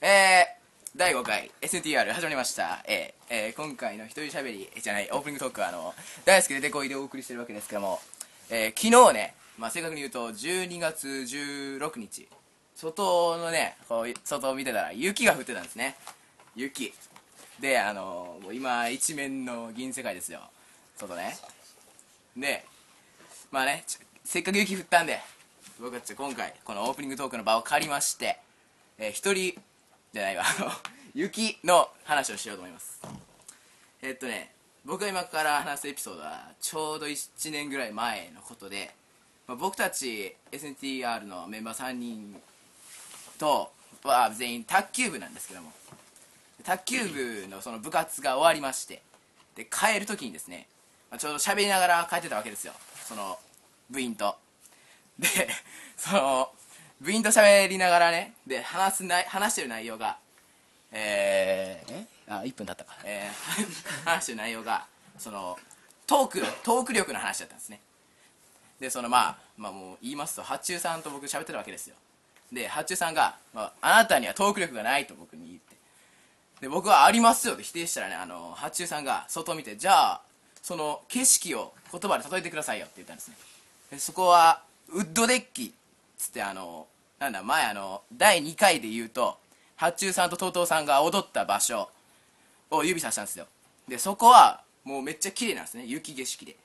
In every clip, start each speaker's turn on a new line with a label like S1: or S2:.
S1: えー、第5回 STR 始まりました、えーえー今回の一人喋りえーじゃないオープニングトークはあの大好きでデコイでお送りしてるわけですけども、えー昨日ね、まあ、正確に言うと12月16日外のねこう外を見てたら雪が降ってたんですね雪であのもう今一面の銀世界ですよ外ねでまあねちょせっかく雪降ったんで僕たち今回このオープニングトークの場を借りまして、えー一人じゃないわ あの雪の話をしようと思いますえっとね僕が今から話すエピソードはちょうど1年ぐらい前のことで、まあ、僕たち SNTR のメンバー3人とは全員卓球部なんですけども卓球部のその部活が終わりましてで帰る時にですね、まあ、ちょうど喋りながら帰ってたわけですよその部員とで その部員と喋りながらねで話すない話してる内容がえー、えあ1分経ったかえー 話してる内容がそのトークトーク力の話だったんですねでそのまあまあもう言いますと八中さんと僕喋ってるわけですよで八中さんが、まあ「あなたにはトーク力がない」と僕に言ってで僕は「ありますよ」って否定したらねあの八中さんが外を見て「じゃあその景色を言葉で例えてくださいよ」って言ったんですねでそこはウッドデッキっつってあのなんだ前あの第2回で言うと八中さんと TOTO さんが踊った場所を指さしたんですよでそこはもうめっちゃ綺麗なんですね雪景色で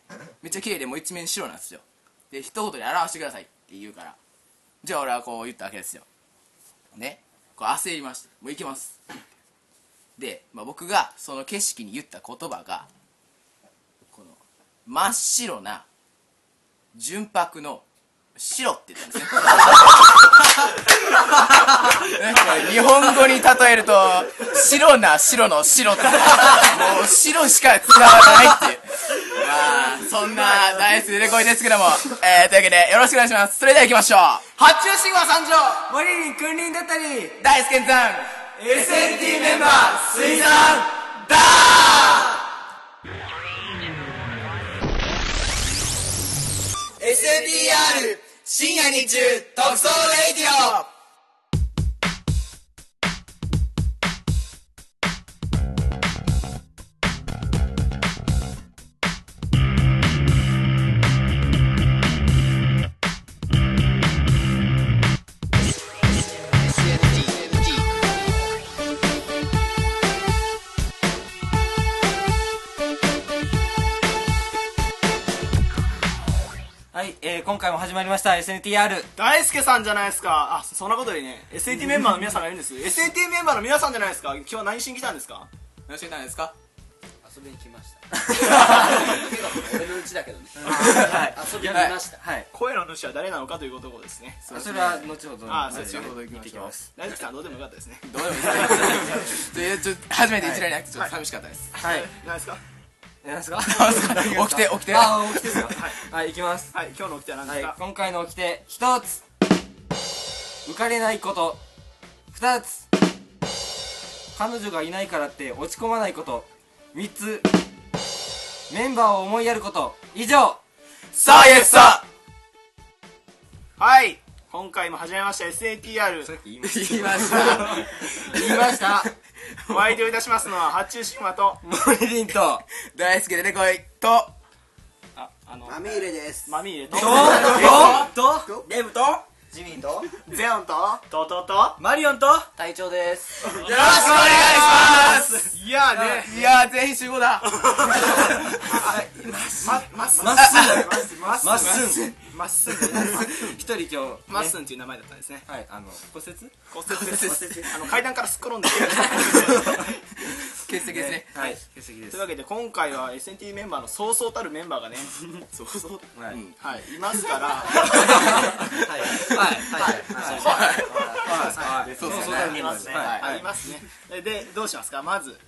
S1: めっちゃ綺麗でもう一面白なんですよで一言で表してくださいって言うからじゃあ俺はこう言ったわけですよねこう焦りましてもう行きますで、まあ、僕がその景色に言った言葉がこの真っ白な純白の白って言ったんですねねこれ日本語に例えると白な白の白ってもう白しか伝わらないっていうまあそんな大好きでこいですけども、えー、というわけでよろしくお願いしますそれでは行きましょう発注神話参上
S2: 森林君臨だったり
S1: 大輔さん
S2: SNT メンバー水産
S1: だー
S2: SNTR 深夜日中特捜レイディオはい、えー、今回も始まりました SNTR
S3: 大輔さんじゃないですかあそんなことよりね SAT メンバーの皆さんがい るんです SAT メンバーの皆さんじゃないですか今日は何しに来たんですか
S1: 何してたんですか
S4: 遊びに来ましたけど俺のうちだけどね遊びに来ました
S3: はい声の主は誰なのかということをですね
S4: それは後ほど
S3: あそうです
S1: ち
S3: ね
S1: ょうど行きましょう
S3: 大輔さんどうでもよかったですね
S1: どうでもいいです ねちょっと初めて一覧になくてちょっと寂しかったです、
S4: はい
S3: 何ですか
S4: 何 ですか
S1: 起きて起きて
S4: あー起きてる かはい行きます
S3: はい今日の起きては何
S4: は
S3: です
S4: い
S3: か
S4: 今回の起きて一つ浮かれないこと二つ彼女がいないからって落ち込まないこと三つメンバーを思いやること以上
S1: さあイエスさ
S3: はい今回も始めました SATR
S4: 言い
S1: 言いました
S4: ました
S3: お相手をいたしますのは発注神話と
S4: 森林 と
S1: 大好きでねこいと
S3: ああの
S2: アミーレです
S3: マミーレと
S2: デブとジミンとゼオンと
S3: ととと
S2: マリオンと
S4: 隊長です
S1: よろしくお願いします
S3: いやーね
S1: いやー全員集合 だ
S3: ままっすん
S4: まっ
S3: まっすん
S4: まっすん
S3: まっすん
S4: 一人今日
S3: まっすんっていう名前だったんですね
S4: はいあの骨折
S3: 骨折ですあの階段からすっ転んで
S1: 欠席ですね
S4: はい欠席で
S3: というわけで今回は SNT メンバーのそうそうたるメンバーがねそうそう
S4: はい
S1: うん
S3: はいいますから
S4: はい はいはいはい
S1: そうそう
S3: いますね
S4: はい
S3: はいいますねででどうしますかまず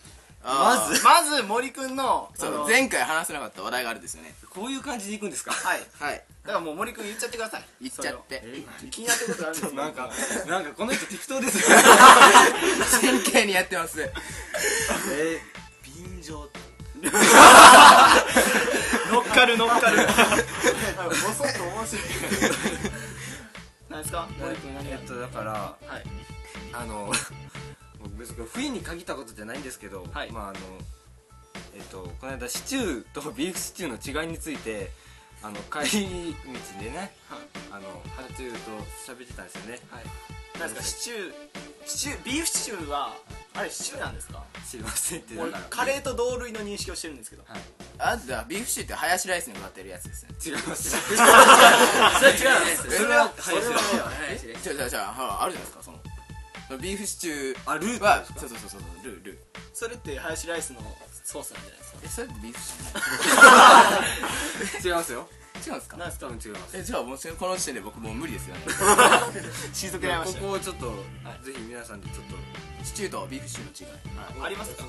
S1: あー
S4: まず
S3: まず森くんの
S1: そ
S3: あの
S1: う前回話せなかった話題があるんですよね
S4: こういう感じでいくんですか
S3: はい
S1: はい
S3: だからもう森くん言っちゃってください
S1: 言っちゃって
S3: それを気になってることがあるんですよ
S4: なんか
S3: は
S4: なんかこの人適当です
S1: 真剣にやってます
S4: え便乗
S3: い乗っかる乗っかるボソッと面白い何ですか森くん何
S4: え
S3: や
S4: っとだから
S3: はい
S4: あのですけど冬に限ったことじゃないんですけど、
S3: はい
S4: まああのえっとこの間シチューとビーフシチューの違いについてあの帰り道でね
S3: はい
S4: あの春中と喋ってたんですよね
S3: はい何ですかシチューシチュービーフシチューはあれシチューなんですか
S4: 知りませんってだ
S3: 俺
S4: から
S3: カレーと同類の認識をしてるんですけど
S4: はい
S1: あとはビーフシチューってハヤシライスにもなってるやつですね
S4: 違います
S1: それ違う
S4: そ
S1: ね
S4: れは
S1: それは
S4: 林です
S1: え違う違う違うはあるじゃないですかそのそのビーフシチュー
S4: あルーってこと
S1: は
S4: ですか
S1: そうそうそうそうルールー
S3: それってハヤシライスのソースなんじゃないですか
S1: えそれってビーフシ
S4: 違いますよ
S1: チュー違うんですか
S3: 何です
S4: 多
S3: か
S4: 分違います
S1: えじゃあもうそれこの時点で僕もう無理ですよね
S3: 退けられま
S4: こ
S3: した
S4: こをちょっと、ぜひ皆さんでちょっと
S1: シチューとビーフシチューの違い
S3: ありますか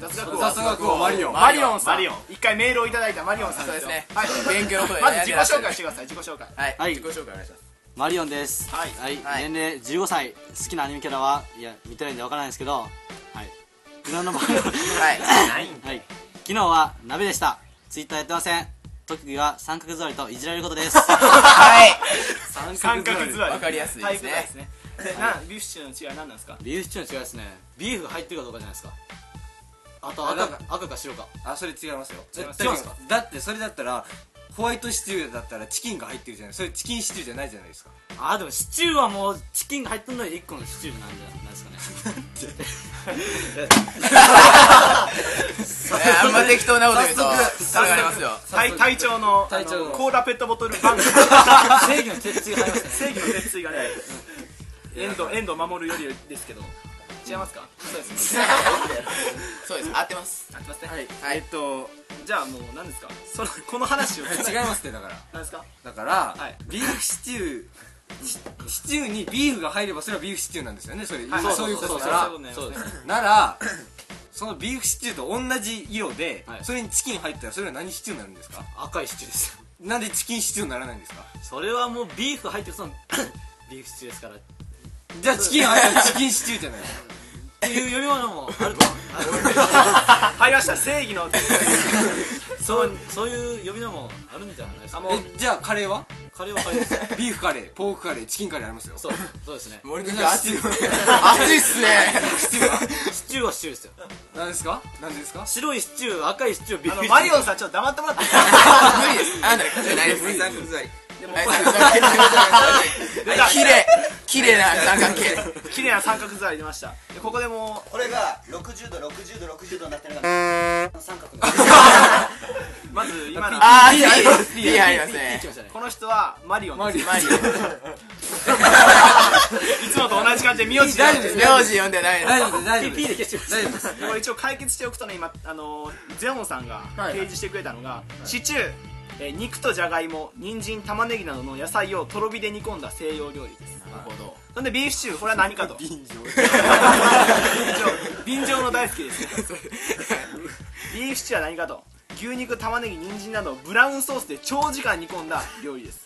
S3: 雑学
S4: 雑学をマリオン
S3: マリオンさん
S1: マリオン
S3: 一回メールをいただいたマリオンさん
S1: そうですね
S3: はい
S1: 勉強のことで
S3: まず自己紹介してください自己紹介
S1: はい、
S5: はい
S1: 自己紹介お願いします
S5: マリオンです
S3: はい
S1: はい
S5: 年齢15歳好きなアニメキャラはいや見てないんでわからないんですけどはい昨日の は
S1: はい
S4: ないん
S5: い昨日は鍋でしたツイッターやってません特技は三角座りといじられることです
S4: 三
S3: 三角座り
S1: わかりやすいですね
S3: 体育座りですねでなビーフシチューの違いは何なんですか
S5: ビーフシチューの違いですねビーフが入ってるかどうかじゃないですかあと
S4: あな
S5: 赤
S4: んか
S5: か赤か白か
S4: あそれ違いますよ
S3: 違いま
S4: 絶
S3: す
S4: 対違いますだってそれだったらホワイトシチューだったらチキンが入ってるじゃないそれチキンシチューじゃないじゃないですか
S5: あーでもシチューはもうチキンが入ってんのに1個のシチューなんじゃないですかね
S1: えーあんま適当なこと言うと
S4: 早
S1: 下がりますよ
S3: 体体調の
S4: 体調の
S3: あのコーラペットボト ルバンク
S5: 正義の鉄槌が入りますね
S3: 正義の鉄槌がね遠藤遠藤守るよりですけど違いますかそうです ね
S1: そうです合ってます
S3: 合ってますね
S4: はい、
S1: はい
S4: えっと
S3: じゃあもう何ですかそのこの話を
S4: 違いますってだから
S3: 何ですか
S4: だから、
S3: はい
S4: ビーフシチューシシチューにビーフが入ればそれはビーフシチューなんですよねそれ、
S3: はい
S4: そういうことだ
S3: そう
S4: か
S3: いうことになりますね
S4: らならそのビーフシチューと同じ色で、
S5: はい
S4: それにチキン入ったらそれは何シチューになるんですか
S5: 赤いシチューですよ
S4: なんでチキンシチューにならないんですか
S5: それはもうビーフ入ってる そのビーフシチューですからっ
S4: じゃあチキン入ったらチキンシチューじゃないですか
S5: ていうよりももある
S3: 入りました正 義の鉄槌
S5: とそう そういう呼び名もあるんじゃないですか
S3: あもう
S4: えじゃあカレーは
S5: カレーはカレーです
S4: ビーフカレーポークカレーチキンカレーありますよ
S5: そうそうですね
S1: 森君熱い熱いっすね
S5: シチューはシチューですよ
S4: なんですかなんでですか
S5: 白いシチュー赤いシチュービー
S3: あ
S5: フシ
S3: の
S5: チュー
S3: マリオンさんちょっと黙ってもらっていいですか
S1: 無理ですあんた勝てないですはい
S4: 角材
S1: 綺麗綺麗な三角形
S3: 綺麗な三角座り出ましたでここでも
S2: これが60度60度60度になってるから三角の
S3: う まず今の
S1: あーいいいいいいありますね
S5: 行きましたね
S3: この人はマリオンです
S4: マリオ
S1: マリ
S3: いつもと同じ感じで名字で
S4: 大丈夫です
S1: オ名字呼んでない
S4: 大
S1: の
S4: 丈夫です大丈夫
S5: PP で
S4: です
S5: 消してます
S4: 大丈 夫です
S3: でこれ一応解決しておくとね今あのーゼオンさんが
S4: はい
S3: 提示してくれたのが、シチュー、えー肉とじゃがいも人参玉ねぎなどの野菜をとろ火で煮込んだ西洋料理です
S1: なるほど
S3: なんでビーフシチューこれは何か と
S4: 便乗
S3: 便乗便乗の大好きです ビーフシチューは何かと牛肉玉ねぎ人参などをブラウンソースで長時間煮込んだ料理です、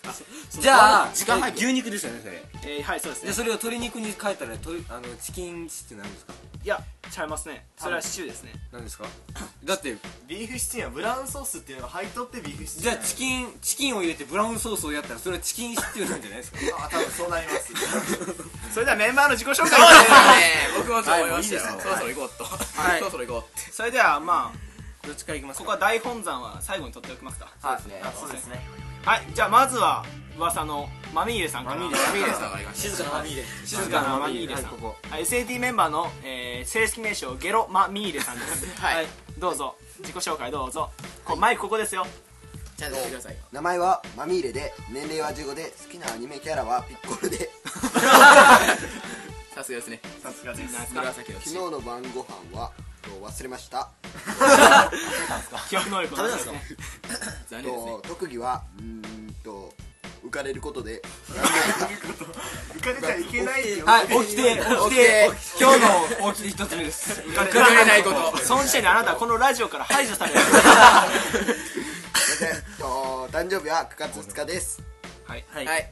S4: じゃあ
S1: 時間配分
S4: 牛肉ですよねそれ
S3: えーはいそうですね
S4: でそれを鶏肉に変えたら鶏あのチキンシチューなんですか
S3: いやちゃいますねそれはシチューですね
S4: なんですかだって
S6: ビーフシチューはブラウンソースっていうのが入っとってビーフシチュー
S4: じゃあチキンチキンを入れてブラウンソースをやったらそれはチキンシチューなんじゃないですか
S6: あ多分そうなります
S3: それではメンバーの自己紹介
S1: そうですね僕もちょっと思いましたよ
S4: はいもういいですね
S1: そろそろ行こうと
S4: い
S1: そろそろ行こうって
S3: それではまあ
S4: どっちからいきます
S3: こ
S4: か
S3: こは大本山は最後に取っておきますか
S1: そうですね
S6: そうですね
S3: はいじゃあまずは噂のマミーレさんから
S4: マミー
S1: ラミーレスさんがありました
S5: 静かなファミリーで
S4: 静
S3: 静かなマミーレ
S4: は
S3: さ
S4: い
S3: ん、
S4: ここ
S3: はい SAT メンバーの、えー正式名称ゲロマミーレさんです、
S1: はい
S3: どうぞ自己紹介どうぞこうマイクここですよ
S1: ちゃんとしてくださいよ
S6: 名前はマミーレで年齢は15で好きなアニメキャラはピッコロ で
S1: さすがですね
S3: さすがです
S1: 紫の
S6: 昨日の晩ご飯はえっと忘れました
S3: 記憶能力のですね
S1: 残
S6: え
S1: 念
S6: っ
S1: ですね
S6: と特技はうーんと浮かれることで
S3: 浮かれちゃいけない
S4: はい起きて起
S1: オッ
S4: き
S1: ケ
S4: て
S1: ー
S4: 今日の大きい一つ目です
S1: 浮かれないこと
S3: その時点であなたはこのラジオから排除される
S6: それでえっと誕生日は9月2日です
S3: はい
S1: はい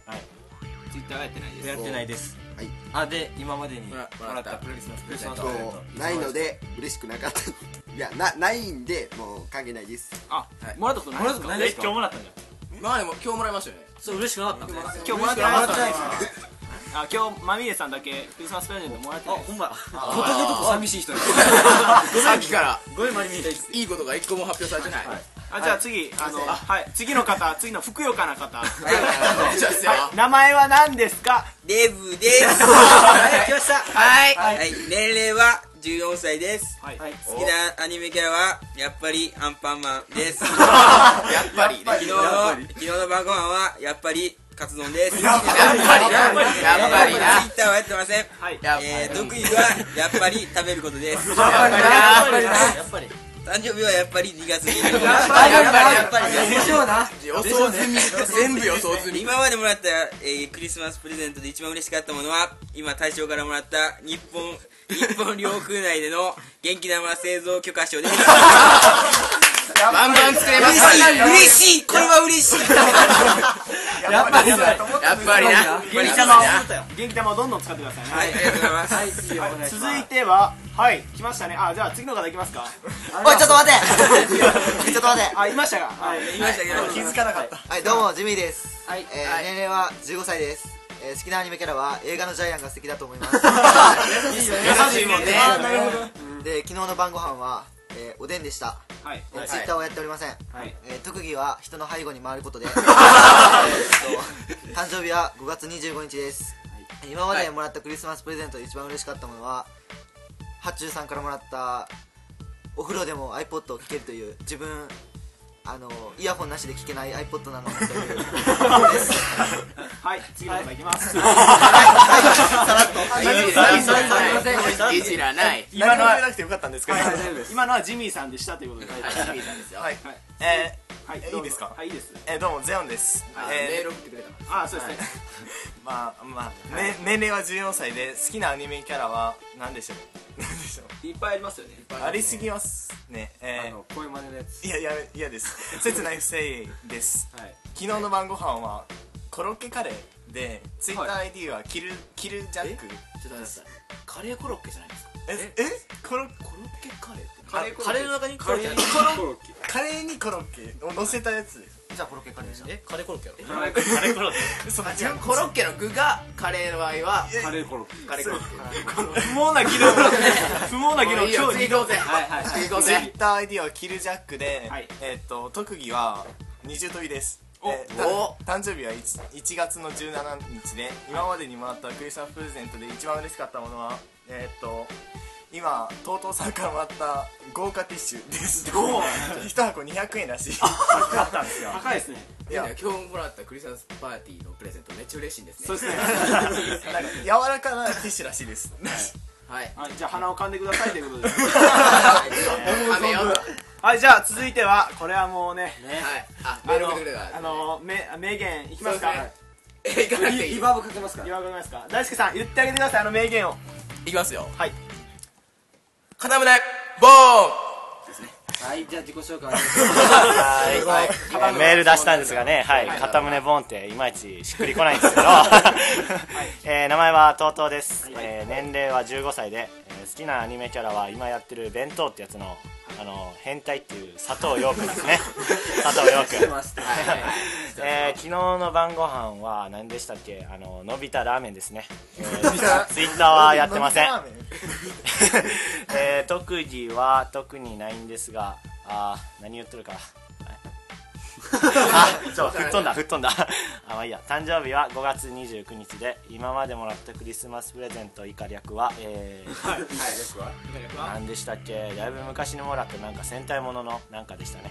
S3: ツイッターがやってないです
S4: や
S6: ってない
S4: です
S6: はい
S4: あで今までに
S1: ほ
S4: も
S1: らも
S4: ら
S1: ら
S4: っ
S1: ったた
S4: プ
S1: プ
S4: レ
S1: ロ
S4: ゼ
S1: レスの
S4: ント
S6: えっとないので嬉しくなかったいやなないんでもう関係ないです
S3: あ、
S1: はい
S3: もらったことないです
S4: もったこと
S3: から
S4: ないですか
S3: え今日もらったんじゃん
S1: まあでも今日もらいましたよね
S5: そう嬉しくなかったんで
S3: 今日もらってな
S4: も
S3: からっ
S4: って
S3: た
S4: ない
S3: ん
S4: で
S3: ですす
S4: か
S3: あ今日まみれさんだけクリスマスプレゼントもらって
S7: あ
S3: ないです
S7: ほんまや
S4: ここごとく寂しい人です
S1: さっきから
S7: ごめんマリミン
S1: いいことが一個も発表されてない
S3: あじゃあ次、あのはい次の方次のふくよかな方
S1: はいじゃあすよ
S3: 名前は何ですか
S8: デブです。はい、来ました。
S1: はい
S8: はい、年齢は14歳です。
S3: はい、
S8: 好きなアニメキャラは、やっぱりアンパンマンです。昨
S1: やっぱりね
S8: 日の、昨日の晩ご飯は、やっぱり、カツ丼です。やっぱ
S1: やっぱりなやっぱりな
S8: ツイッターはやってません。
S3: はい、
S1: やっぱり
S8: えー、毒には、やっぱり食べることです。
S1: やっぱりな
S4: やっぱりな
S7: やっぱり
S8: 誕生日はやっぱり2月に
S1: やっぱり
S4: でしょうな
S1: 予想済み全部予想済み
S8: 今までもらった、えークリスマスプレゼントで一番嬉しかったものは今大将からもらった日本日本領空内での元気玉製造許可証です
S1: バンバン作れま
S8: 嬉
S1: す
S8: しい嬉しいこれは嬉しい
S4: やっぱりな
S1: やっぱりな
S4: や
S1: や
S4: っ
S1: っぱ
S4: ぱ
S1: り
S3: 元気
S1: な
S3: 玉を元気玉をどんどん使ってくださいね、
S8: はいありがとうございます、
S4: はい次お願いします
S3: 続いてははい来ましたねあじゃあ次の方いきますか
S4: お
S7: おいちょっと待ってちょっと待って
S3: あいましたかはい
S8: 言いましたけど、
S4: 気づかなかった
S6: はい、どうも、ジミーです。
S4: はい
S6: えー
S1: はい
S6: 年齢は15歳です。えー好きなアニメキャラは映画のジャイアンが素敵だと思い ます。
S1: 優しいもんね
S6: あーなるほど。で、昨日の晩ご飯は、えーおでんでした。
S3: はい
S6: えーツイッターはやっておりません。
S3: はい
S6: えー特技は人の背後に回るこ とで。えーっ と誕生日は5月25日です。今までもらったクリスマスプレゼントで一番嬉しかったものは、ハッチューさんからもらったお風呂でも iPod を聴けるという自分あのイヤホンなしで聴けない iPod なのにというです
S3: はい次の方いきます
S1: いじらない
S6: 今のは
S9: なくてよかったんですけど
S4: 大丈夫です
S3: 今のはジミーさんでしたということではい
S1: はいですよはい
S10: え
S3: はいどう
S10: え
S3: ぞ
S10: いいですか
S3: はいいいです
S10: ーえーどうもゼオンです
S1: メ
S10: え
S1: ール送ってくれた
S3: あそうですね
S10: ーまあまあ、ね、年齢は14歳で好きなアニメキャラは何でしょう何でしょ
S3: いっぱいありますよね
S10: うありすぎますね
S4: あ
S10: え
S4: の声真似のやつ
S10: ーいやいやいやです切ない不正義 です
S3: はい
S10: 昨日の晩ご飯はコロッケカレーでツイッター ID はキル、キルジャック
S1: ちょっと待ってくださいカレーコロッケじゃないですか
S10: ええコロ
S1: コロッケカレーって
S10: カレー
S7: カレーの中にコロッケ入ってる
S10: コロッケカレーにコロッケを乗せたやつです
S6: じゃあコロッケカレーでした
S7: えカレーコロッケやろ
S10: カレーコロッケそっち
S1: コロッケの具がカレーの場合は
S4: カレーコロッケ
S1: カレーコロッ
S3: 不毛な議論不毛な
S1: ケ
S3: 議
S1: もう
S3: 論
S1: いいよ
S3: 今日
S1: 次
S3: に
S1: 行こうぜ
S3: はいはい
S1: 次行こう
S10: ツイ
S1: ぜ
S10: ッター ID はキルジャックで、
S3: はい
S10: えーっと特技は二重跳びです
S1: お
S10: えー
S1: お
S10: た誕生日は 1, 1月の17日で今までにもらったクリスマスプレゼントで一番嬉しかったものはえーっと今 TOTO さんからもらった豪華ティッシュです1箱200円らしい
S3: 高いですね
S10: い
S1: いや
S10: や
S1: 今日もらったクリスマスパーティーのプレゼントめっちゃ嬉しいんですね
S3: そうですね
S10: なんか柔らかなティッシュらしいです
S1: はい
S3: はいじゃあ鼻を噛んでくださいということで
S1: 食べよう
S3: はいじゃあ続いてはこれはもうね
S1: はいあ
S3: あ
S1: メール
S3: の
S1: 送ってくれた
S3: あのめ名言いきます
S1: そうです
S3: か
S1: ねえ行かなくていい
S4: リバーブかけますから
S3: 言われますか大輔さん言ってあげてくださいあの名言を
S1: いきますよ
S3: はい
S1: 片胸ボーン
S4: はいじゃあ自己紹介お願いします
S10: はいメ
S1: メール出
S10: したんですがね
S11: はい、片胸ボーンっていまいちしっくりこないんですけど、 えー名前は TOTO です、えー年齢は15歳で、えー好きなアニメキャラは今やってる弁当ってやつのあの変態っていう佐藤陽君 ですね佐藤陽君、えー昨日の晩ご飯は何でしたっけあののび太ラーメンですね、えー、ツイッターはやってません えー特技は特にないんですがあー何言ってるかあそう吹っ飛んだ吹っ飛んだあまあいいや誕生日は5月29日で今までもらったクリスマスプレゼント以下略はえー、何でしたっけだいぶ昔にもらったなんか戦隊もののなんかでしたね、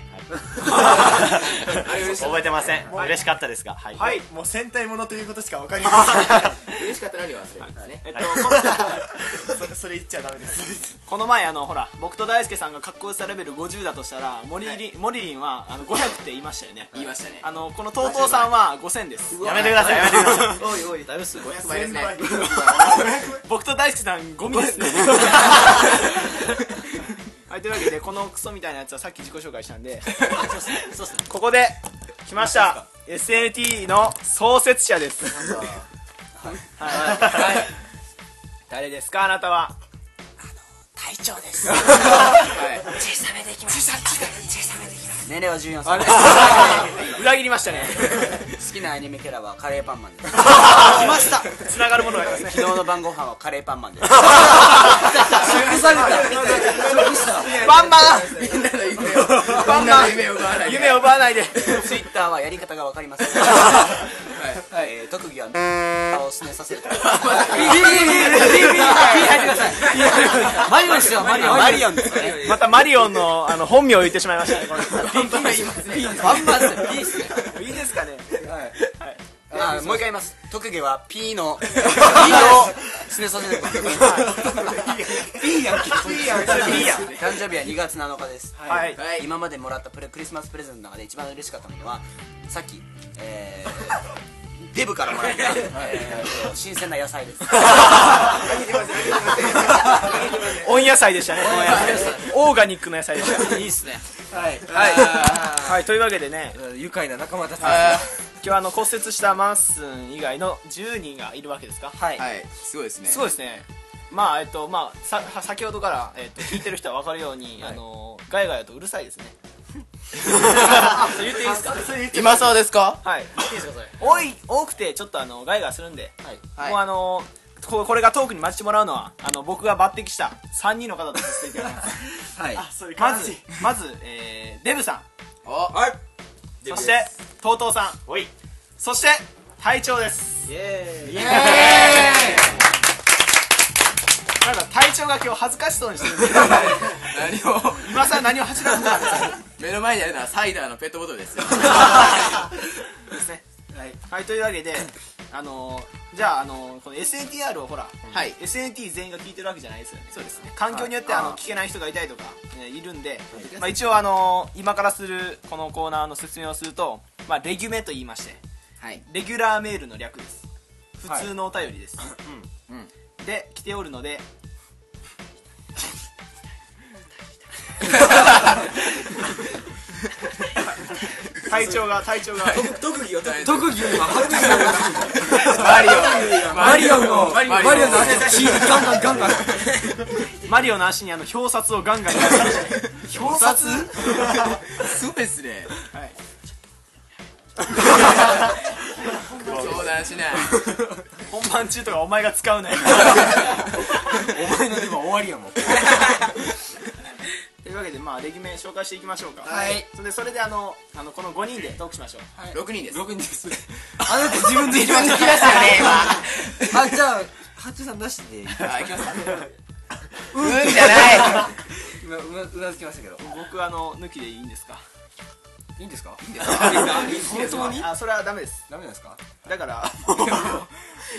S11: はい、 覚えてません嬉しかったですがはい、
S3: はい
S10: もう戦隊ものということしか分かりま
S1: 嬉しかったのに忘れてますね
S3: えっとこ の
S10: せんそれそれ言っちゃダメです
S3: この前あのほら僕と大輔さんが格好したレベル50だとしたらモリリンモリリンはあの500って言いましたよね
S1: 言いましたね
S3: あのこの TOTO さんは5000です
S11: やめてくださいやめてください
S3: おいおいだいぶすごい
S1: 500倍ですね
S3: 僕と大輔さんゴミですねはいというわけでこのクソみたいなやつはさっき自己紹介したんでここで来ました SNT の創設者ですはい、はい、誰ですかあなたは
S8: 大
S12: 隊長です。小さめできました。小さめできまし
S8: 年齢は14歳
S3: 裏切りましたね
S8: 好きなアニメキャラはカレーパンマンです
S3: 来ましたつながるものがありますね
S8: 昨日の晩ご飯はカレーパンマンです食された食した
S3: バンバン
S1: みんなの夢をバンバン夢を奪わないで
S3: 夢を奪わないで
S8: ツイッターはやり方がわかりません、えー特技は顔をすねさせるとかビビビビビビビビビビ入ってくださいマリオンですよマリオンマリオンですね
S3: またマリオンのあの本名を言ってしまいましたねこの
S8: バンバンですよいいっすね
S3: 人いいですかね
S8: あもう一回言います特技は P の P をすねさせるとか誕生日は2月7日です、
S3: はい
S1: はい
S8: 今までもらったプレクリスマスプレゼントの中で一番嬉しかったのはさっき、え ーデブからもらった、えー新鮮な野菜です
S3: 温野菜でしたねオーガニックの野菜でした
S8: いいっすね
S3: はいというわけでね
S4: 愉快な仲間たち
S1: あ
S3: 今日はあの骨折したマッスン以外の10人がいるわけですか
S8: はい、
S1: ーはいすごいですね
S3: すごいですねまあえっとまあさ先ほどから、えっと、聞いてる人は分かるように、あのガヤガヤとうるさいですねそう言っていいですか
S1: 今そうですか
S3: はい、多い多くてちょっとあのガイガイするんで、
S1: はい
S3: もうあのここれがトークに待ちてもらうのはあの僕が抜擢した3人の方とさせていただきます
S8: はい
S3: まずまず、えーデブさん
S1: おはい
S3: そしてとうとうさんそして隊長ですイエーイなんか隊長が今日恥ずかしそうに してるんですけど
S1: 何を
S3: 今さら何を走らせ たんですか
S1: 目の前にあるのはサイダーのペットボトルですよ
S3: ですねはい、はい、というわけであのーじゃあ、あのーこの SNTR をほら、
S1: はい
S3: SNT 全員が聞いてるわけじゃないですよねそうですね環境によってあの聞けない人がいたりとか、ねいるんで、まあ、一応、あのー今からするこのコーナーの説明をすると、まあ、レギュメと言いまして、
S1: はい
S3: レギュラーメールの略です普通のお便りです、で来ておるので体調が体調が
S12: た。特技を特
S8: 特技は
S1: マリオ
S8: マリオンの
S1: マリオン
S8: マリオンの足がシールガンガンガンガン
S3: マリオの足にあの表札をガンガン入れて
S1: 表札すごいですね
S3: はい
S1: 相談しない
S3: 本番中とかお前が使うなよ
S4: お前の出番終わりやもん
S3: というわけでまあレギュメ紹介していきましょうか
S1: はい
S3: それでそれであのあのこの5人でトークしましょう
S1: 6人です
S4: 6人です
S8: あなた自分で言いましたね今あじゃあハッチュさん出してて
S1: あ行きますうんじゃない
S4: 今うなうなずきましたけど
S3: 僕あの抜きでいいんですか
S4: いいんですか
S3: 本当にあそれはダメです
S4: ダメなんですか
S3: だ から
S1: 行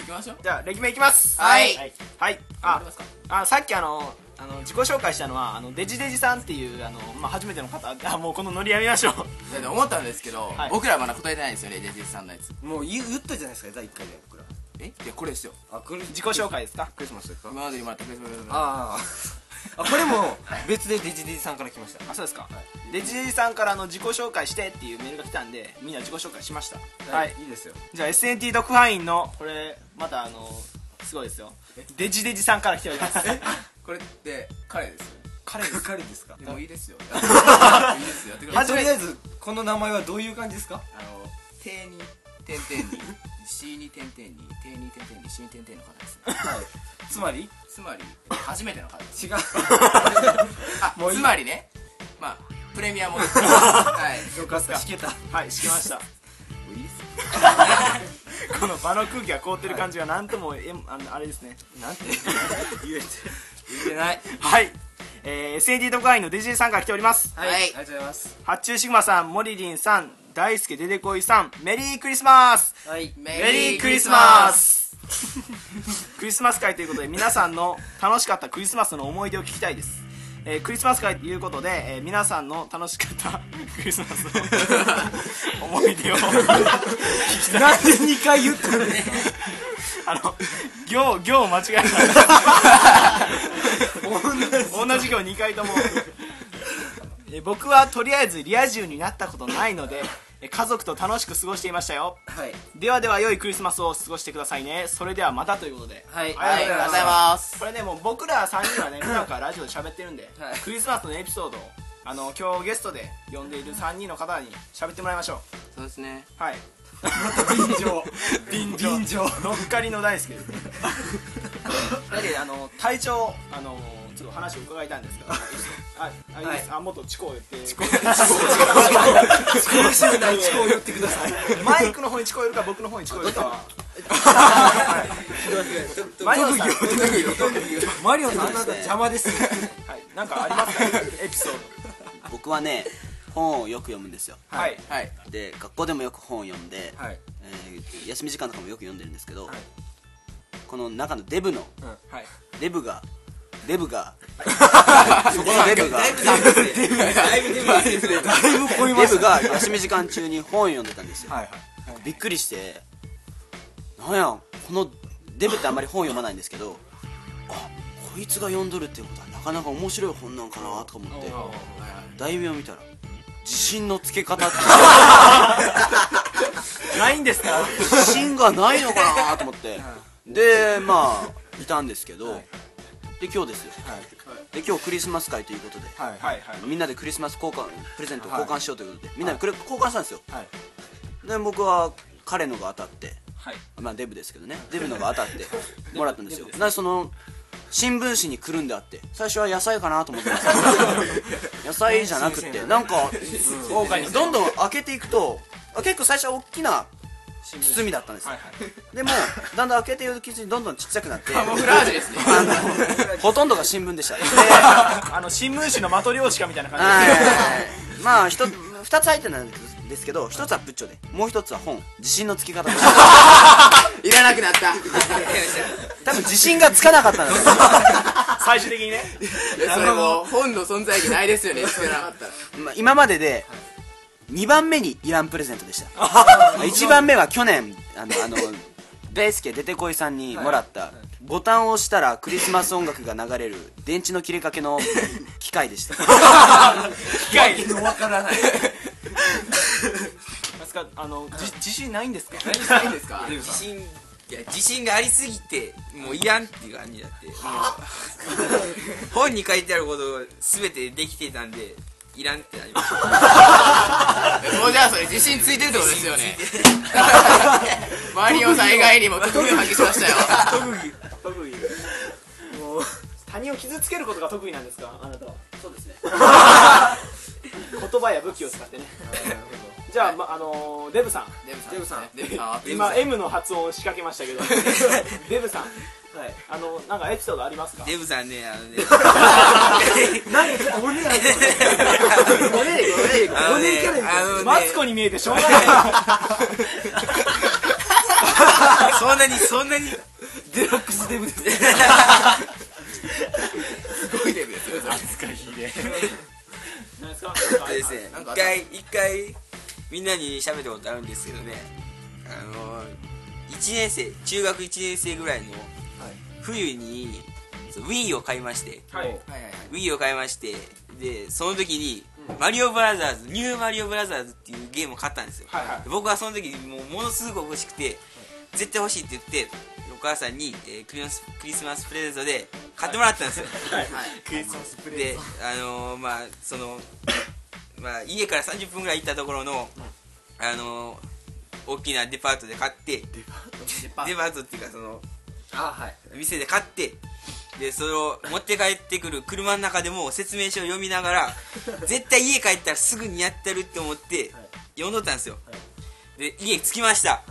S1: きましょう
S3: じゃあレギュメいきます
S1: はい
S3: はい、はいああさっきあのあの自己紹介したのはあのデジデジさんっていうあの、まあ、初めての方あもうこのノリやめましょう
S1: だって思ったんですけど
S3: はい
S1: 僕らまだ答えてないんですよねジェジェさんのやつ
S4: もう言う言ったじゃないですか第1回で僕ら
S1: えいやこれですよ
S4: あクリ
S3: 自己紹介ですか
S4: クリスマスですか
S1: 今までにもらったクリスマス
S4: あーあこれも別でデジデジさんから来ました
S3: あそうですか、デジデジさんからあの自己紹介してっていうメールが来たんでみんな自己紹介しましたはい、
S4: いいですよ
S3: じゃあ SNT 特派員のこれまたあのすごいですよデジデジさんから来ております
S1: これって彼ですよね
S4: 彼です彼ですか
S1: でもいいです よいいですよやってください
S4: とりあえずこの名前はどういう感じですか
S1: あの「て」に「てんてん」に「し」に「てんてん」に「て」に「てんてん」に「し」に「てんてん」の方ですね
S4: つまり
S1: つまり初めての方です
S4: 違う
S1: あつまりねまあプレミアムですはい
S4: よかった弾けた
S3: はい敷きました
S1: もういいです
S3: この場の空気が凍ってる感じがなんともえあのあれですね
S4: なんて
S1: 言ってない
S3: はい、えー、SNT 特派員のデジデジさんから来ております
S1: はい
S4: ありがとうございます
S3: 発注シグマさんモリリンさん大輔デデコイさんメリークリスマス
S1: はいメ
S3: メリークリスマス クリスマス会ということで皆さんの楽しかったクリスマスの思い出を聞きたいです、えークリスマス会ということで、えー皆さんの楽しかった クリスマスの思い出 を
S4: なんで2回言ったの
S3: あの行行を間違えた同じ行2回ともえー僕はとりあえずリア充になったことないので、え家族と楽しく過ごしていましたよ
S2: はい
S3: ではでは良いクリスマスを過ごしてくださいねそれではまたということでは
S2: はい
S3: ありがとうございます
S1: ます
S3: これねもう僕ら3人はね普段からラジオで喋ってるんで、
S2: はい
S3: クリスマスのエピソードをあの今日ゲストで呼んでいる3人の方に喋ってもらいましょ
S2: そうですね
S3: うはい便乗便乗乗っかりの大好きですだけどあの体調あのちょっと話を伺いたいんですけどああいいですあもっとチコを言ってチコチコチコチコを言ってくださいマイクの方にチコを言るか僕の方にチコを言るかはマリオさん
S4: マリオさんあなた邪魔ですね
S3: はいなんかありますかエピソー
S8: 僕はね本をよく読むんですよ
S3: ドはい
S1: はい
S8: で学校でもよく本を読んで、
S3: はい
S8: えー休み時間とかもよく読んでるんですけど、この中のデブの
S3: はい
S8: デブがデブがそこのデブがデブが休み時間中に本を読んでたんですよ、びっくりしてなんやこのデブってあんまり本読まないんですけどあこいつが読んどるってことはなかなか面白い本なんかなとか思って題名を見たら「自信のつけ方」って
S3: ないんですか
S8: 自信がないのかなと思ってでまあいたんですけど、で今日ですよ、で今日クリスマス会ということで、
S3: はいはいはい
S8: みんなでクリスマス交換プレゼントを交換しようということで、みんなでこれ交換したんですよ、で僕は彼のが当たって、
S3: はい
S8: まあデブですけどねデブのが当たってもらったんですよなその新聞紙にくるんであって最初は野菜かなと思ってました 野菜じゃなくてなんかどんどん開けていくとあ結構最初は大きな包みだったんですよ、でもだんだん開けているうちにどんどんちっちゃくなってカモフラージュですね ほとんどが新聞でしたで
S3: あの新聞紙のマトリョーシカみたいな感じ
S8: はいまあひと2つ入ってなんですけど1つは仏頂でもう1つは本自信のつき方です
S1: いらなくなった
S8: 多分自信がつかなかったんですよ、
S3: 最終的にね
S1: それも本の存在意義ないですよねつけなかったら
S8: まあ、今までで2番目にイランプレゼントでした1番目は去年あのあの大輔出てこいさんにもらったボタンを押したらクリスマス音楽が流れる電池の切れかけの機械でした
S3: 機械で
S2: わからない
S3: すかあのじ自信 ないんですか
S1: 何したいんですか
S2: 自信いや自信がありすぎてもういらんっていう感じだってもう本に書いてあること全てできてたんでいらんってなりました
S1: もうじゃあそれ自信ついてるってことですよね マリオさん以外にも特技を発揮しましたよ
S3: 特技もう他人を傷つけることが得意なんですかあなたはそうですね 言葉や武器を使ってねじゃあ、まあのデブさん
S1: デブさんデブさん
S3: 今 M の発音を仕掛けま したけどデブさんあのなんかエピソードありますか
S2: デブさんねあのねあのねあの
S3: マ
S2: ね
S3: ツコに見えてしょうが ない
S2: そんなにそんなにデラックスデブです
S1: すごいデブですよそれ
S3: なんですかなんかあ
S2: あれですね
S1: なんか
S2: 一
S1: あった
S2: 回一回みんなに 喋ったことあるんですけどねあの1年生中学1年生ぐらいの冬にそう Wii を買いまして
S3: はい、
S1: はいはいはい
S2: Wii を買いましてでその時にマリオブラザーズニューマリオブラザーズっていうゲームを買ったんですよ、
S3: はいはい
S2: 僕はその時にもうものすごく欲しくて絶対欲しいって言ってお母さんに、えークリスクリスマスプレゼントで買ってもらったんですよ、であのーまあその、まあ、家から30分ぐらい行ったところの、あのー大きなデパートで買ってデパートっていうかその店で買ってでそれを持って帰ってくる車の中でも説明書を読みながら 絶対家帰ったらすぐにやってるって思って読んどったんですよ、で家着きました、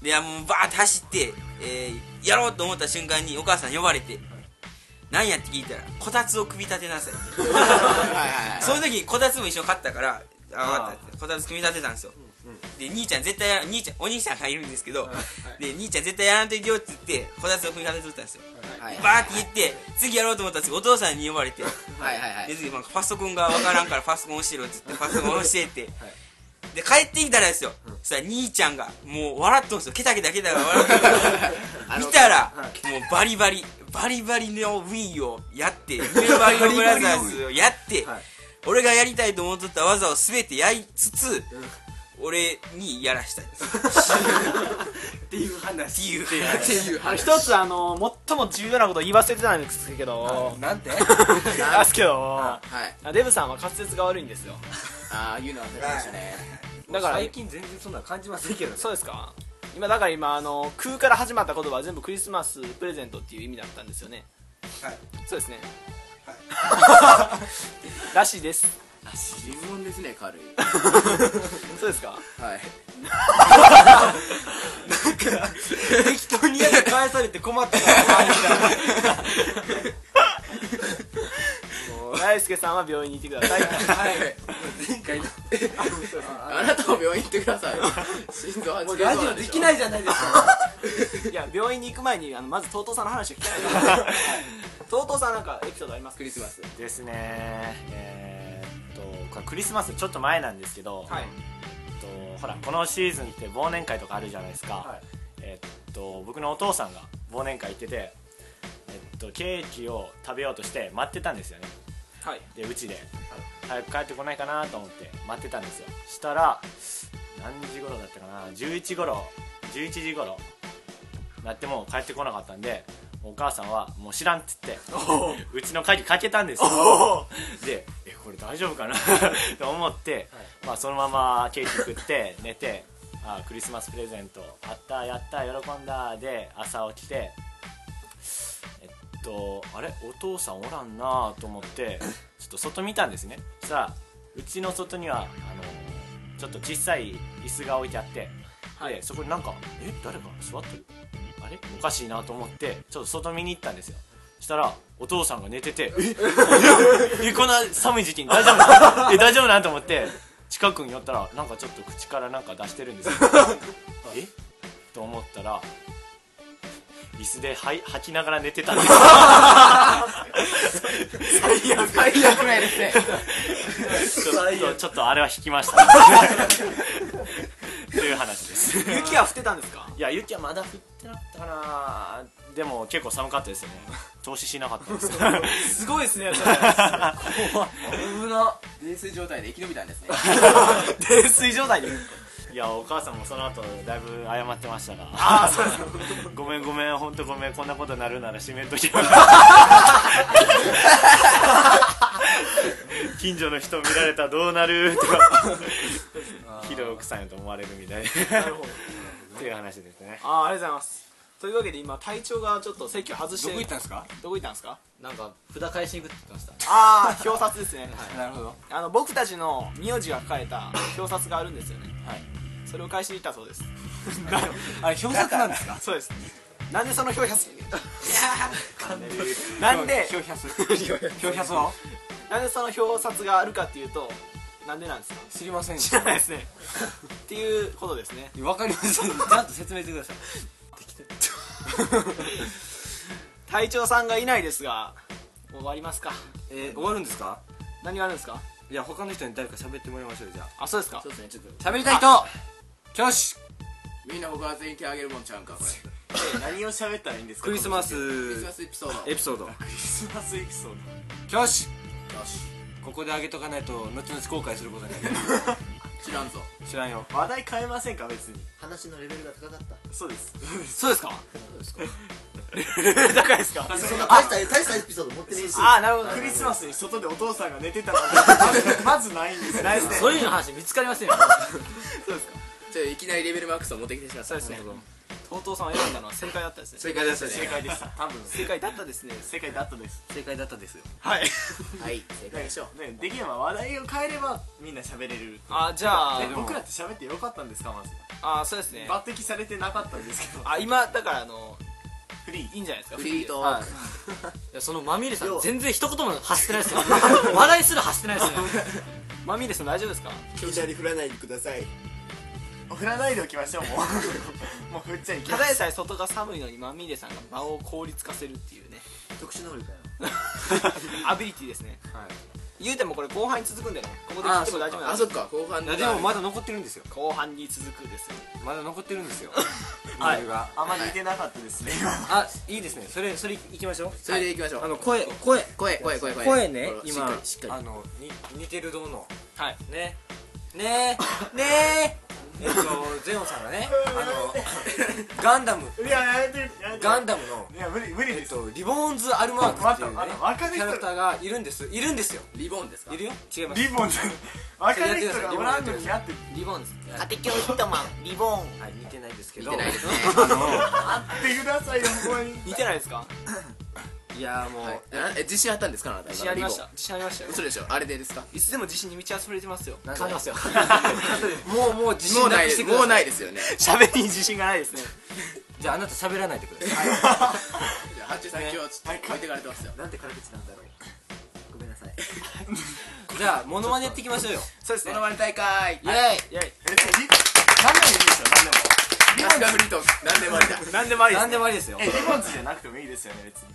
S2: であもうバーって走って、えーやろうと思った瞬間にお母さん呼ばれて、何やって聞いたらこたつを組み立てなさいその時にこたつも一緒に買ったからあ分かったってこたつ組み立てたんですよ、で兄ちゃん絶対やら兄ちゃんお兄ちゃんがいるんですけど、で兄ちゃん絶対やらんといてよって言ってこたつを組み立てとったんですよ、
S1: はい
S2: バーって言って次やろうと思ったんですけどお父さんに呼ばれて
S1: はいはいはい
S2: で次まあパソコンがわからんからパソコン押してろって言ってパソコン押してってで帰ってきたらですよそしたら兄ちゃんがもう笑っとんですよケタケタケタ笑っとんですよ見たらもうバリバリバリバリの Wii をやってニューバリのブラザーズをやって俺がやりたいと思っとった技を全てやりつつ俺にやらしたい
S4: ていう話
S2: っていう話
S3: あの一つあの最も重要なことを言い忘れてたんですけど
S4: なんて
S3: ですけど
S1: はい
S3: デブさんは滑舌が悪いんですよ
S1: ああ言うの忘れてましたね
S3: だから
S4: 最近全然そんなの感じませんけどね
S3: そうですか今だから今あの空から始まった言葉は全部クリスマスプレゼントっていう意味だったんですよね
S13: はい
S3: そうですねらしいです
S1: 尋問ですね軽い
S3: そうですか
S1: はい
S4: 人にやり返されて困ったから
S3: 大輔さんは病院に行ってください
S4: はい前回の
S1: あなたも病院行ってください心臓発
S4: もう
S1: 狂
S4: ラ
S1: しそう
S4: ジ
S1: な
S4: オ
S1: んで
S4: で
S1: しょ
S4: きないじゃないですか
S3: いや病院に行く前にあのまず TOTO さんの話を聞きたいですはい TOTO さんなんかエピソードありますか
S1: クリスマス
S10: ですねえーっとこれクリスマスちょっと前なんですけど、
S3: はい
S10: えっとほらこのシーズンって忘年会とかあるじゃないですか、
S4: はい
S10: えっと僕のお父さんが忘年会行ってて、えっと、ケーキを食べようとして待ってたんですよね
S3: はい
S10: でうちで、早く帰ってこないかなと思って待ってたんですよしたら何時頃だったかな11頃11時頃なってもう帰ってこなかったんでお母さんはもう知らんっつってうちの鍵かけたんですよでえこれ大丈夫かな と思って、まあ、そのままケーキ食って寝てあクリスマスプレゼントあったやった喜んだで朝起きてえっとあれお父さんおらんなと思ってちょっと外見たんですねそしたらうちの外にはあのちょっと小さい椅子が置いてあって、でそこになんかえ誰か座ってるあれおかしいなと思ってちょっと外見に行ったんですよそしたらお父さんが寝ててええこんな寒い時期に大丈夫なえ大丈夫なんと思って近くに寄ったらなんかちょっと口からなんか出してるんですよえと思ったら椅子ではい吐きながら寝てたんですよ
S1: 最悪ない ですね
S10: ちょっとちょっとあれは引きましたねという話です
S3: 雪は降ってたんですか
S10: いや雪はまだ降ってなかったかなでも結構寒かったですよね調子しなかったですよ
S3: すごいですねそれ
S1: 危な泥酔状態で生き延びたんですね
S3: 泥酔状態で
S10: いやお母さんもその後だいぶ謝ってましたがああそうごめんごめん本当ごめんこんなことになるなら閉めとき近所の人見られたらどうなるとかひどい奥さんやと思われるみたいで
S3: なるほど
S10: っていう話ですね
S3: あーありがとうございますというわけで今隊長がちょっと席を外して
S4: どこ行ったんですか
S3: どこ行ったんですか
S5: なんか札返しに行くって言って まし
S3: ああ 表札ですね、
S4: なるほど
S3: あの僕たちの名字が書かれた表札があるんですよね
S4: はい
S3: それを返しに行ったそうです
S4: あれ表札なんですか
S3: そうですなんでその表札なんで
S4: 表札表札は
S3: なんでその表札があるかっていうとなんでなんですか
S4: 知りません
S3: 知らないですねっていうことですね
S4: わかりませんちゃんと説明してください
S3: 隊長さんがいないですがもう終わりますか
S4: えー終わるんですか
S3: 何があるんですか
S4: いや他の人に誰か喋ってもらいましょうじゃ
S3: あそうですか
S1: そうですねちょっと
S4: あ喋りたい人挙手
S1: みんな他全員手あげるもんちゃうんかこれ
S13: 何を喋ったらいいんですか
S4: クリスマス
S1: クリスマスエピソード
S4: エピ ソード
S13: クリスマスエピソード
S4: 挙手
S1: よし
S4: ここであげとかないと後々後悔することに なる
S1: 知らんぞ
S4: 知らんよ
S13: 話題変えませんか別に
S5: た話のレベルが高かった
S13: そうです
S3: そうですか
S5: そんな大した大したエピソード持ってねえし
S3: ああなるほど
S13: クリスマスに外でお父さんが寝てたなんてまずまずないんですよないです
S5: そういうの話見つかりませんよ
S1: ちょっといきなりレベルマックスを持ってきてしまった
S3: そうですね TOTO さんを選んだのは正解だったですね
S1: 正解ですね
S13: 正解です多分
S3: 正解だったですね
S13: 正解だったです
S4: 正解だったですよ
S3: はい
S1: はい正解でしょう
S13: ねできれば話題を変えればみんな喋れる
S3: あじゃあ
S13: ね僕らって喋ってよかったんですかまず
S3: あそうですね
S13: 抜擢されてなかったんですけど
S3: あ今だからあの
S13: フリー
S3: いいんじゃないですか
S1: フリート
S3: は
S1: ー
S3: い
S1: ク
S5: いやそのまみれさん全然一言も発してない ですよ笑いすら発してないですよ
S3: マミレさん大丈夫ですか
S6: 左振らないでください
S13: 振らないでおきましょうもうもう振っちゃいけな
S3: た
S13: い
S3: だでさえ外が寒いのにマミレさんが場を効率化せるっていう ね
S5: 特殊能力だよ
S3: アビリティですね言うてもこれ後半に続くんでねここで切っても大丈夫なん
S1: あ
S3: で
S1: そ
S3: す
S1: っか後半
S4: い
S1: の
S4: やでもまだ残ってるんですよ
S3: 後半に続くですよ
S4: まだ残ってるんです よ
S13: はい
S4: メールが
S13: あんまり似てなかったですね
S4: あいいですねそれそれいきましょう
S1: それでいきましょう
S4: あの声声
S1: 声声声声
S4: 声ね
S1: これ
S4: 今
S1: しっかりしっ か
S4: あのに似てるどうの
S3: はい
S4: ねねね
S14: えっとゼノンさんがねあのガンダム
S13: いややめてやめて
S14: ガンダムの
S13: いや無理無理です
S14: えっとリボーンズ・アルマークっていうね
S13: 待って待って
S14: キャラクターがいるんですいるんですよ
S1: リボンですか
S14: いるよ違います
S13: リボンじゃん分かる人がおらんのにやって
S14: リボーンズ
S15: 家庭教ヒットマンリボーン
S14: はい似てないですけど
S1: 似てないですね
S13: ってくださいよここに
S14: 似てないですかいやーもう、
S1: はいえなえ自信あったんですかあなた
S14: 自信ありました自信ありましたよ
S1: それでしょあれでですか
S14: いつでも自信に満ち溢れてますよ
S15: 感じますよ
S14: もうもう自信
S1: もう
S14: な
S1: な
S14: くして
S1: い
S14: ください
S1: も うないですよね
S3: 喋りに自信がないですね
S14: じゃああなた喋らないでください
S1: じゃあハッチューさん今日ちょっと置いてかれてますよ
S15: なんて軽口なんだろうごめんなさい
S14: じゃあモノマネやっていきましょうよ
S1: そうですねモノマネ大会
S14: イエイ
S13: 何でもいいですよ何でも
S1: ナスカフリートーク何でもありだ
S3: 何でもありです
S14: 何でもありですよ
S13: えリボンズじゃなくてもいいですよね別に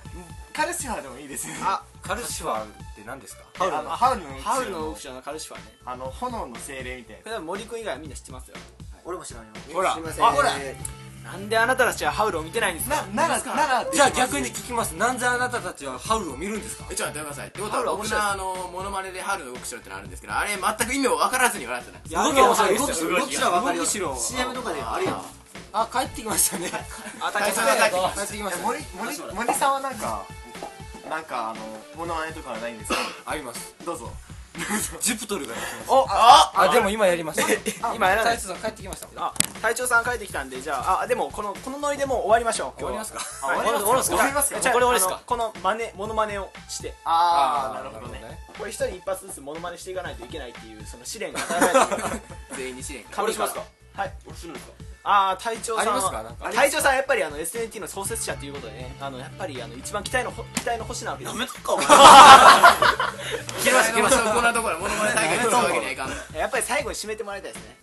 S13: カルシファーでもいいですよね
S14: あカルシファーって何ですか
S13: ハウルのハウルの
S3: ハウルのオプションのカルシファーね
S13: あの炎の精霊みたいな
S3: これ多分森君以外はみんな知ってますよ
S15: 俺も知らんよ
S3: ほら
S15: すいません
S3: あほらなんであなたたちはハウルを見てないんですか
S13: ならなら
S14: じゃあ逆に聞きますなんであなたたちはハウルを見るんですか
S1: えちょっと待ってくださいってことは僕のあのモノマネで春の動くしろってのあるんですけどあれ全く意味を分からずに笑ってない
S14: や動きは分かる動きは分かるよ CM とかであるやんあ帰ってきましたねあ
S1: 大佐が帰ってきま
S14: 帰ってきましたね
S13: 森森森さんはなんかなんかあのモノマネとかはないんですか
S14: あります
S13: どうぞ
S14: ジュプトルがやってます
S4: あでも今やりました
S3: 今やらない
S14: 太一さん帰ってきました
S3: あ隊長さん帰ってきたんでじゃああでもこのこのノリでもう終わりましょう終わりますか終わりますか終わりますかこれ俺ですかこのマネモノマネをして
S13: ああなるほどね
S3: これ一人一発ずつモノマネしていかないといけないっていうその試練が与えられ てる
S1: 全員に試練
S3: 紙からはい俺するんですかああ隊長さんは
S14: ありますかなんか
S3: 隊長さんはやっぱりあの SNT の創設者ということでねあのやっぱりあの一番期待のほ期待の星なわけです
S1: 切れました切れましたこんなところでモノマネ大会取るわけにはいかん
S3: やっぱり最後に締めてもらいたいですね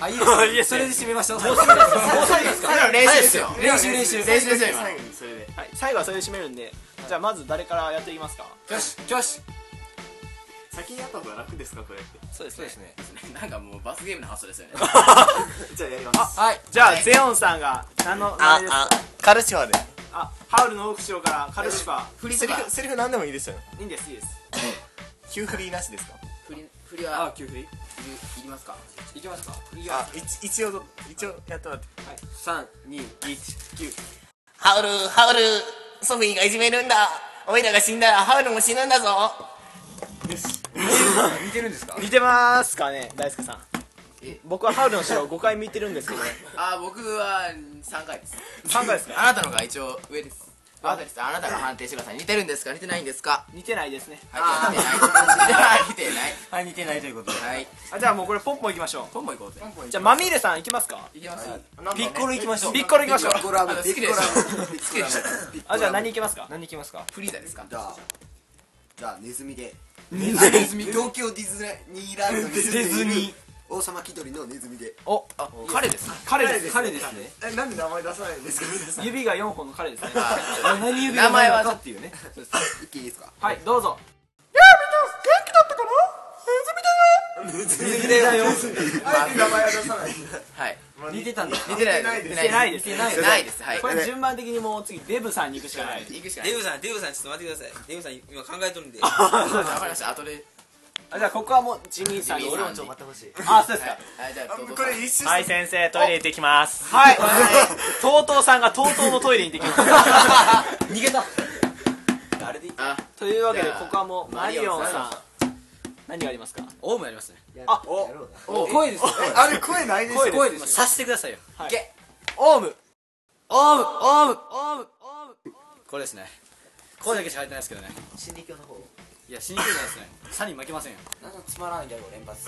S14: あいい ですねそれで締めましたもう締めですもう締めですか
S1: 練習ですよ
S14: 練習練習
S1: 練習ですよ今
S13: 最後にそれで
S3: はい最後はそれで締めるんでじゃあまず誰からやっていきますか
S14: よしよし
S13: 先にやった方が楽ですかこれって
S3: そうです
S1: そうですね なんかもう罰ゲームの発想ですよね
S13: じゃあやります
S14: はい
S3: じゃあゼオンさんが何のあれですか
S13: カルシファーで
S3: あハウルのオークションからカルシファ
S1: 振り
S13: セ
S1: と
S13: リ
S1: か
S13: フ セリフ何でもいいですよね
S3: ーいいんですいいです
S13: 急振りなしですか
S1: 振り振りは
S14: 急振り
S1: いるいりますか
S14: いきますか
S13: あ一一応一応やってもらって
S14: 三二一
S16: ハウル、ハウル、ソフィーがいじめるんだ。おいらが死んだらハウルも死ぬんだぞ。
S14: 似てるんですか
S3: 似てますかね大輔さん僕はハウルの城を5回見てるんですけどね
S1: あー僕は3回です
S3: 3回ですか
S1: あなたのが一応上ですあなたですあなたが判定してください似てるんですか似てないんですか
S3: 似てないですね
S1: はい似てない似てない
S14: はい似てないということで
S1: はい
S3: あじゃあもうこれポンポンいきましょ
S1: ポンポン行こうぜ
S3: うじゃあマミーレさんいきますか
S1: いきます
S14: ピッコロ行きましょう
S3: ピッコロいきましょう
S1: ピッコラブ好きでしょ好きでしょ
S3: あじゃあ何いきますか
S14: 何行きますか
S1: フリーザですか
S6: じゃあじゃあネズミで
S1: ネズミ
S6: 東京ディズニーランドに住んでいる
S14: ディズニー
S6: 王様気取りのネズミで
S3: おあ
S1: 彼ですか
S3: 彼です
S14: 彼ですね
S13: えなんで名前出さないんですか
S3: 指が4本の彼ですね
S14: あ何指
S1: 名前は
S14: かっていうね
S6: 一気にいいですか
S3: はいどうぞ
S1: はい
S14: 似てたんだ
S1: 似てない
S3: 似てないです
S1: 似てないですはい
S3: これ順番的にもう次デブさんに行くしかない
S1: 行くしかない
S2: デブさんデブさんちょっと待ってくださいデブさん今考えとるんで
S1: わかりました後で
S3: あじゃあここはもうジミーさんに
S1: ジミーさんに
S3: ってほしいあそうですか
S1: はいじゃあどうぞ
S13: これ一周
S10: はい先生トイレ行ってきます
S3: はいとうとうさんがとうとうのトイレに行ってきました
S14: 逃げた
S1: あ
S3: というわけで
S1: じゃあ
S3: ここはもうマリオン
S1: マリオ
S3: さ
S1: ン
S3: ん何がありますか
S14: オウムやりますね
S3: あ
S14: お声です
S13: あれ声ないですよ
S14: 声ですさしてくださいよ
S3: オ
S14: オ
S3: ウム
S14: ウムオウムオウムオウムこれですね声だけしか入ってないですけどね
S15: 心理教の方
S14: いや死にくいじゃないですねサニー負けませんよ
S5: つまらんギャグを連発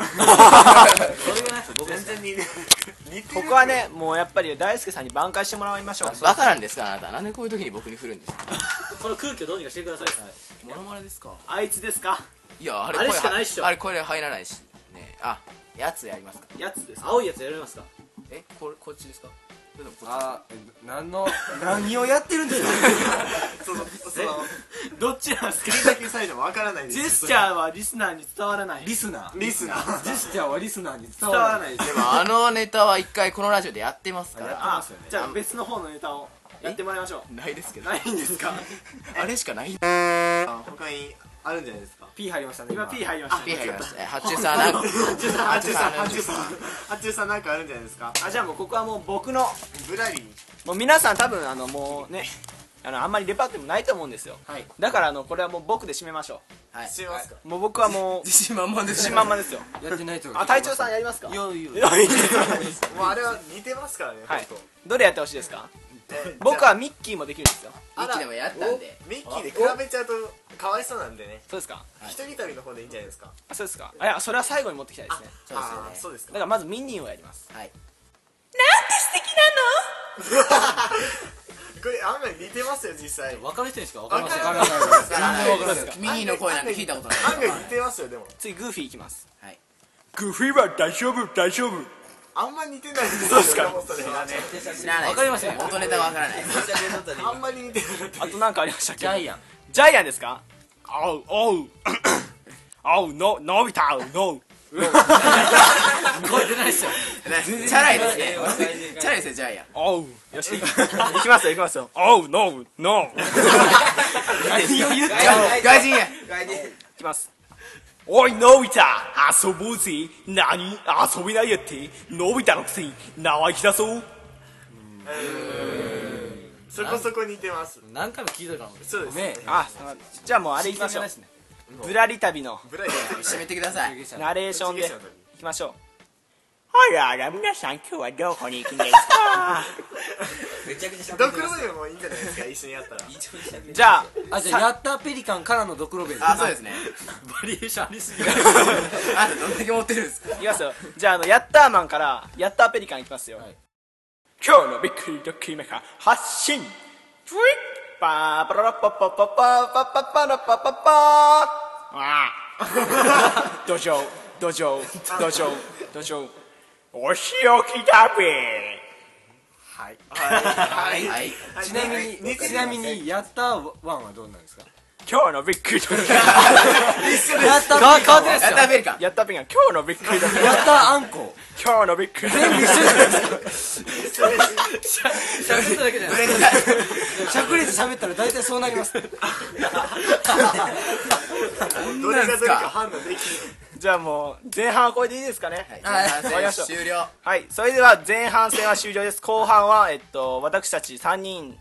S3: ここはねもうやっぱり大輔さんに挽回してもらいましょう
S1: バカなんですかあなたなんでこういう時に僕に振るんですか
S5: この空気をどうにかしてください
S1: モノマネですか
S3: あいつですか
S1: いやあれ
S5: あれしかないっしょ
S1: あれこれ入らないしねあやつやりますか
S3: やつです
S5: 青いやつやりますか
S1: えこれこっちですかそれともこっち
S4: あー何の
S14: 何をやってるんですか
S3: どっちなんですか
S13: 先サイドわからないで
S3: ジェ
S13: す
S3: スチャーはリスナーに伝わらない
S14: リスナー
S13: リスナー
S4: ジェスチャーはリスナーに伝
S3: 伝
S4: わ
S3: わ
S4: ら
S3: ら
S4: ない
S3: ないです
S1: でもあのネタは一回このラジオでやってますから
S3: あじゃあ別の方のネタをやってもらいましょ
S1: ないですけ
S3: う
S1: ど
S3: ないんですか
S1: あれしかない
S13: 他に
S14: あるんじゃないですか P 入りましたね
S3: 今 P 入りましたね
S14: P 入りましたねハッチュー
S3: さん
S14: な
S3: なんん
S14: か
S3: か
S14: ハッチューさんハッチューさん
S3: ハッチューさん
S14: ハッチューさんなんかあるんじゃないですか
S3: あじゃあもうここはもう僕の
S14: ぶらり
S3: もう皆さん多分あのもうねあのあんまりレパートリーもないと思うんですよ、だからあのこれはもう僕で締めましょうはい
S14: 締めますか
S3: もう僕はもう自信満々です自信満々ですよ
S14: やってないと
S3: あ隊長さんやりますかいやい
S14: や
S3: いです
S14: もうあれは似てますからね
S3: はいどれやってほしいですか僕はミッキーもできるんですよ
S14: ミッキーでもやったんでミッキーで比べちゃうとかわいそうなんでね
S3: そうですか
S14: 一人旅の方でいいんじゃないですか
S3: あそうですかあいやそれは最後に持ってきたいですね
S14: ああーそうです
S3: だからまずミニオンをやりますはい
S14: これ案外似てますよ実際分かる人ですか分
S1: かりません全然分かりませんミニーの声なんて聞いたことない
S14: 案外似てますよでも
S3: 次グーフィーいきます
S1: はい
S3: グーフィーは大丈夫大丈夫
S14: あんま似てないです
S3: そうですか
S14: もそれはね
S1: 知らない
S3: わかりません
S1: 元ネタがわからない
S14: あんまり似てない
S3: あとなんかありましたっけジャイアンジャイアンです かおうお うおうののび太の声出ないですよ
S1: チャラいですねチャラいですねジャイアン
S3: おうよ しいきますよいきますよおうのうのう何を言っち ゃう
S1: 外人や
S3: 外人いきますおいのび太遊ぼうぜ何遊びないやってのび太のくせに生意気だぞ
S14: そこそこ似てます
S3: 何回も聞いたかも
S14: そうですね
S3: あじゃあもうあれいきましょうぶらり旅の
S14: ぶらり旅
S1: 締めてください
S3: ナレーションでいきましょうあらあら皆さん今日はどこに行くんですか
S14: めちゃくちゃドクロでもいいんじゃないですか一緒にやったら
S3: じゃあ
S14: あじゃあ
S3: やったペリカンからのドクロベル
S14: あそうですね
S3: バリエーションありすぎる あどんだけ持ってるんですかいきますよじゃああのヤッターマンからヤッターペリカンいきますよ、今日のびっくりドキメカ発信プイッパーパラパパパパパパパラパパパーああ土壌土壌土壌土壌お仕置きだべはい
S14: はいはい
S4: ちなみに、ちなみに、やったワンはどうなんですか
S3: 今日のびっくりドキメカ
S4: 一緒ですやったペリカン変わってないですよやったペリカン
S3: やったペリカン今日のびっくりドキメカ
S4: やったあんこ
S3: 今日のびっくり
S4: 全部一緒じゃないですか
S3: しゃべっただけじゃないです
S4: かしゃくれて喋ったら大体そうなります
S14: どれがどれか判断でき
S3: じゃあもう前半はこれでいいですかね
S14: はい前半戦
S3: わかりました
S14: 終了
S3: はいそれでは前半戦は終了です後半はえっと私たち3人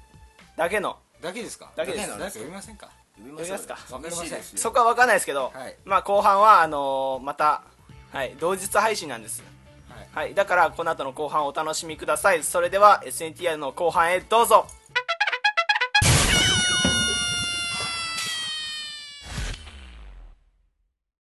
S3: だけの
S4: だけですか
S3: だけです
S4: 誰か読みませんか
S3: 読みますか
S4: わかりません
S3: そこは分かんないですけど、
S4: はい
S3: まあ後半はあのーまた、はい、同日配信なんですはい、だからこの後の後半をお楽しみくださいそれでは SNTR の後半へどうぞ